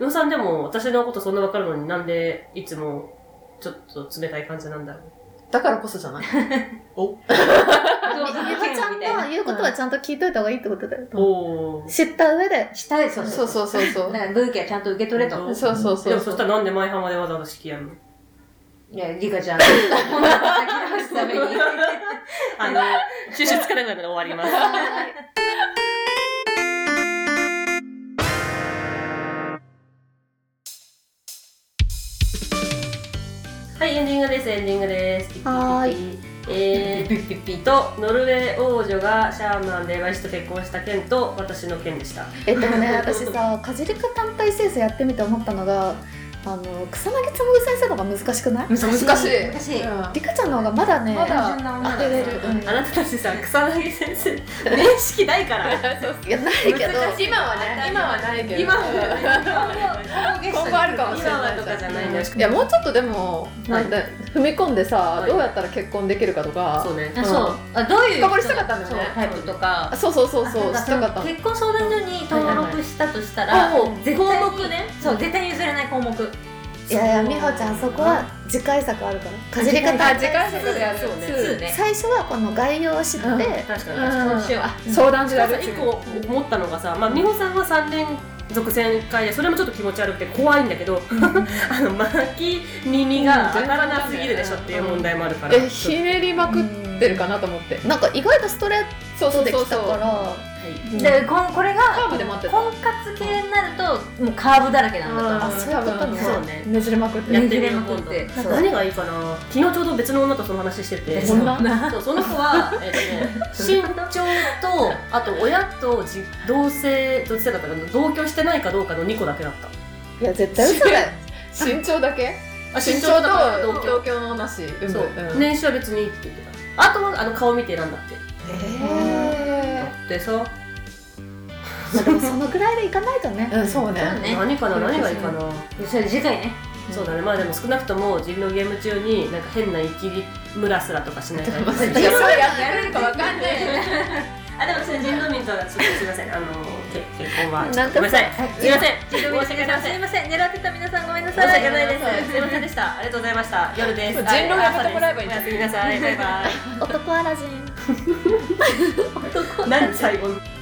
Speaker 3: 美穂さんでも私のことそんなわかるのになんでいつもちょっと冷たい感じなんだろう。
Speaker 2: だからこそじゃない。
Speaker 4: 美
Speaker 1: 美穂ちゃんの言うことはちゃんと聞いといた方がいいってことだよ。
Speaker 3: おー。
Speaker 1: 知った上で、
Speaker 4: したい、そう
Speaker 2: そうそうそうそう
Speaker 4: だか。らブーケはちゃんと受け取れ
Speaker 3: う
Speaker 4: と
Speaker 3: ん。
Speaker 2: そうそう
Speaker 3: で
Speaker 2: そ
Speaker 3: も
Speaker 2: う
Speaker 3: そ
Speaker 2: そ
Speaker 3: し
Speaker 2: う。
Speaker 3: たらなんで舞浜でわざわざ式やんの
Speaker 4: いや、リカち ゃん、こんな叩き出すために。
Speaker 3: あの、収集つかなくなったら終わります。はい、エンディングです、エンディングです。
Speaker 1: はー
Speaker 3: い。えー、ピッピッピと、ノルウェー王女がシャーマン霊媒師と結婚した件と、私の件でした。
Speaker 1: えっとね、私さ、かじりか単体清楚やってみて思ったのが、あの、草薙つむぐ先生の方が難しくない
Speaker 2: 難しい
Speaker 4: 難しい。
Speaker 2: うん
Speaker 1: リカちゃんの方がまだね、
Speaker 2: まだ
Speaker 4: 単純な女だ
Speaker 1: 当てれる。うん
Speaker 3: あなたたちさ、草薙先生、面識ないから。
Speaker 1: いや、ないけど、
Speaker 2: 今はね、今はないけど。
Speaker 3: 今は、
Speaker 2: 今後あるかもしれ
Speaker 3: 今
Speaker 2: な
Speaker 3: はいとかじゃないんだ
Speaker 2: いやもうちょっとでもなんだ踏み込んでさ
Speaker 3: はい
Speaker 2: どうやったら結婚できるかとか
Speaker 3: そうね。
Speaker 4: あ、そう。あ、どういう
Speaker 2: 深
Speaker 4: 人
Speaker 2: 掘りしたかったんだよね
Speaker 4: そうタイプとか
Speaker 2: あ。そうそうそうそう
Speaker 4: あ
Speaker 2: 知
Speaker 4: な
Speaker 2: った
Speaker 4: んその
Speaker 2: かったの
Speaker 4: 結婚相談所に登録したとしたら、
Speaker 2: はいはいはい
Speaker 4: もう絶対項目ね。そう、絶対に譲れない項目。
Speaker 1: いやいや、美穂ちゃん、そこは次回作あるから。かじりか
Speaker 2: あ
Speaker 1: 単
Speaker 2: 次
Speaker 1: 体
Speaker 2: 回作でやる
Speaker 4: そうね
Speaker 2: ツー
Speaker 4: ね
Speaker 1: 最初はこの概要を知って、
Speaker 2: うん
Speaker 3: 確かに。
Speaker 2: うん
Speaker 4: そうしよう
Speaker 2: あ相談所や
Speaker 3: た
Speaker 2: る
Speaker 3: だ一個思ったのがさ、まあ、美穂さんは3連続旋回でそれもちょっと気持ち悪くて怖いんだけど あの巻き耳が当たらなすぎるでしょっていう問題もあるから、
Speaker 2: えひねりまくってるかなと思って
Speaker 1: なんか意外とストレー
Speaker 2: そう
Speaker 1: ト
Speaker 2: そう
Speaker 1: で
Speaker 2: そう
Speaker 1: き
Speaker 2: そ
Speaker 1: た
Speaker 2: う
Speaker 1: から、
Speaker 2: うん
Speaker 4: でこんこれが
Speaker 2: カーブで待ってた
Speaker 4: 婚活系になるともうカーブだらけなんだと思う
Speaker 2: あ
Speaker 1: そういうことね
Speaker 3: そうね
Speaker 2: ねじれまくって
Speaker 3: やっ
Speaker 2: る
Speaker 3: てみ
Speaker 4: ねじれ
Speaker 3: よう
Speaker 4: まく
Speaker 3: 今度なん
Speaker 4: って
Speaker 3: か
Speaker 4: そう
Speaker 3: 何がいいかな昨日ちょうど別の女とその話して て
Speaker 2: そんな
Speaker 3: そうその子は、えっとね、身長とあと親とじ同性どっちだったかな同居してないかどうかの2個だけだった
Speaker 1: いや、絶対嘘だ よ。
Speaker 2: 身長だけ
Speaker 3: あ身長だから
Speaker 2: 身
Speaker 3: 同
Speaker 2: 長と
Speaker 3: 居
Speaker 2: 東京のなしうん
Speaker 3: そう、
Speaker 2: うん
Speaker 3: 年収は別にいいって言ってたあとはあの顔見て選んだって
Speaker 1: へ
Speaker 3: でさ、
Speaker 1: ーまあでもそのくらいでいかないとね。
Speaker 2: うんそうね
Speaker 4: ね
Speaker 3: 何かな何がいいかな、
Speaker 4: それ次回ね
Speaker 3: そうだねまあでも少なくとも自分のゲーム中になんか変なイキりムラすらとかし ない
Speaker 2: まあ
Speaker 3: あ
Speaker 2: それ やってくるかわかんない
Speaker 3: でもそれ人道民とはちょっとすいませんあのけ結婚は
Speaker 1: なんか
Speaker 3: ごめんなさい すいません申
Speaker 4: す
Speaker 3: し訳ありません
Speaker 4: いません狙ってた皆さんごめんな
Speaker 3: 申
Speaker 4: さ
Speaker 3: し
Speaker 4: い
Speaker 3: 訳ない です。すみませんでした。ありがとうございました。夜です。
Speaker 2: 人狼やめてもらえばいい
Speaker 3: お やすみなさい。バイバイ。
Speaker 1: 男アラジン。
Speaker 3: 何最後の。